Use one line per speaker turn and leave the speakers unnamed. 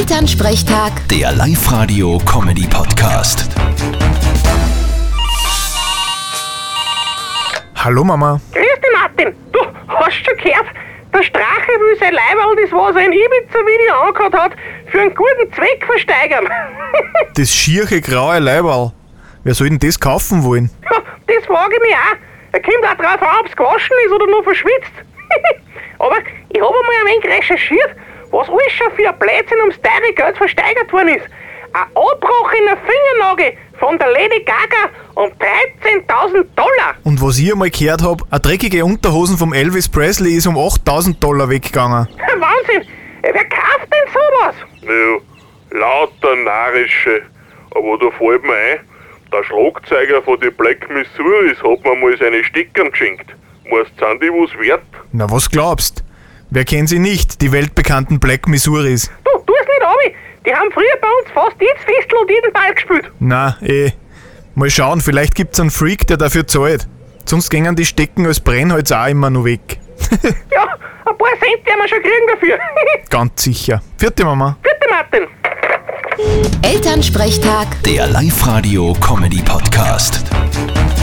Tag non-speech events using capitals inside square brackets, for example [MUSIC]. Elternsprechtag,
Der Live-Radio-Comedy-Podcast.
Hallo Mama.
Grüß dich, Martin. Du, hast schon gehört? Der Strache will sein Leiberl, das was er in Ibiza-Video angehört hat, für einen guten Zweck versteigern. [LAUGHS] Ja,
Das schiere graue Leiberl. Wer soll denn das kaufen wollen?
das frage ich mich auch. Er kommt auch drauf an, ob es gewaschen ist oder nur verschwitzt. [LAUGHS] Aber ich habe einmal ein wenig recherchiert, was alles schon für ein Blödsinn ums teure Geld versteigert worden ist. Ein Abbruch in der Fingernagel von der Lady Gaga um 13.000 Dollar. [LAUGHS]
Und was ich einmal gehört hab, eine dreckige Unterhosen vom Elvis Presley ist um 8000 Dollar weggegangen.
Wahnsinn! Wer kauft denn sowas?
Ja, lauter narische. Aber da fällt mir ein, der Schlagzeuger von den Black Missouris hat mir mal seine Stickern geschenkt. Meinst du, sind die was wert?
Na, was glaubst? Wer kennt sie nicht, die weltbekannten Black Missouris?
Du, tu es nicht runter. Die haben früher bei uns fast jedes Festel und jeden Ball gespielt.
Na, eh. Mal schauen, vielleicht gibt's einen Freak, der dafür zahlt. Sonst gingen die Stecken als Brennholz auch immer nur weg.
Ja, ein paar Cent werden wir schon kriegen dafür. [LAUGHS]
Ganz sicher. Vierte Mama.
Bitte, Martin.
Elternsprechtag.
Der Live-Radio-Comedy-Podcast.